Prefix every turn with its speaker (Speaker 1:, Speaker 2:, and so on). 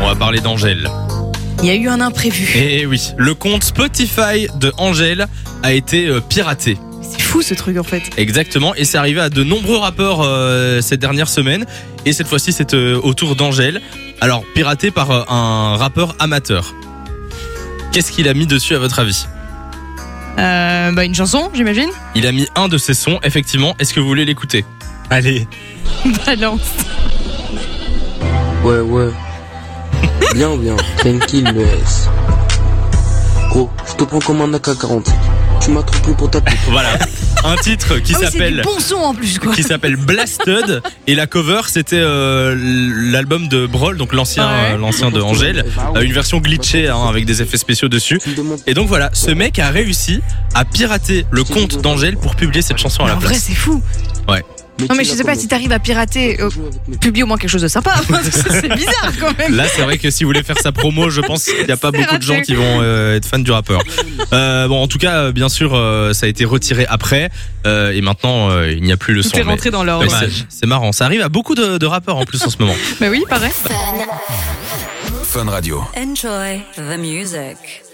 Speaker 1: va parler d'Angèle.
Speaker 2: Il y a eu un imprévu.
Speaker 1: Eh oui, le compte Spotify de Angèle a été euh, piraté.
Speaker 2: C'est fou ce truc en fait.
Speaker 1: Exactement, et c'est arrivé à de nombreux rapports euh, cette dernière semaine. Et cette fois-ci, c'est euh, au tour d'Angèle. Alors, piraté par euh, un rappeur amateur. Qu'est-ce qu'il a mis dessus à votre avis
Speaker 2: Euh, bah une chanson, j'imagine.
Speaker 1: Il a mis un de ses sons, effectivement. Est-ce que vous voulez l'écouter Allez.
Speaker 2: Balance.
Speaker 3: Ouais, ouais. Bien, bien. Tranquille, le S. Gros, je te prends comme un AK-47. Tu m'as trompé pour ta coupe.
Speaker 1: Voilà. Un titre qui
Speaker 2: Ah oui, c'est du
Speaker 1: s'appelle
Speaker 2: bon son en plus quoi.
Speaker 1: qui s'appelle Blasted et la cover c'était euh, l'album de Brawl donc l'ancien
Speaker 2: Ah Ouais.
Speaker 1: euh, l'ancien de Angèle Euh, une version glitchée hein, avec des effets spéciaux dessus
Speaker 3: Bah Tu me demandes.
Speaker 1: et donc voilà ce mec a réussi à pirater le compte d'Angèle pour publier cette chanson à
Speaker 2: Mais
Speaker 1: la
Speaker 2: en vrai,
Speaker 1: place
Speaker 2: c'est fou. Non,
Speaker 3: tu
Speaker 2: mais je
Speaker 3: l'as
Speaker 2: sais pas
Speaker 3: comment
Speaker 2: si t'arrives à pirater. euh,
Speaker 3: Joue avec mes-
Speaker 2: publie au moins quelque chose de sympa. c'est bizarre quand même.
Speaker 1: Là, c'est vrai que si vous voulez faire sa promo, je pense qu'il n'y a pas
Speaker 2: C'est
Speaker 1: beaucoup de
Speaker 2: raté.
Speaker 1: gens qui vont euh, être fans du rappeur. Euh, bon, en tout cas, euh, bien sûr, euh, ça a été retiré après, euh, et maintenant, euh, il n'y a plus le son.
Speaker 2: Tout est
Speaker 1: mais-
Speaker 2: rentré dans
Speaker 1: Ouais,
Speaker 2: l'ordre.
Speaker 1: c'est- c'est marrant, ça arrive à beaucoup de, de rappeurs en plus en ce moment.
Speaker 2: Bah oui, pareil.
Speaker 4: Enjoy the music.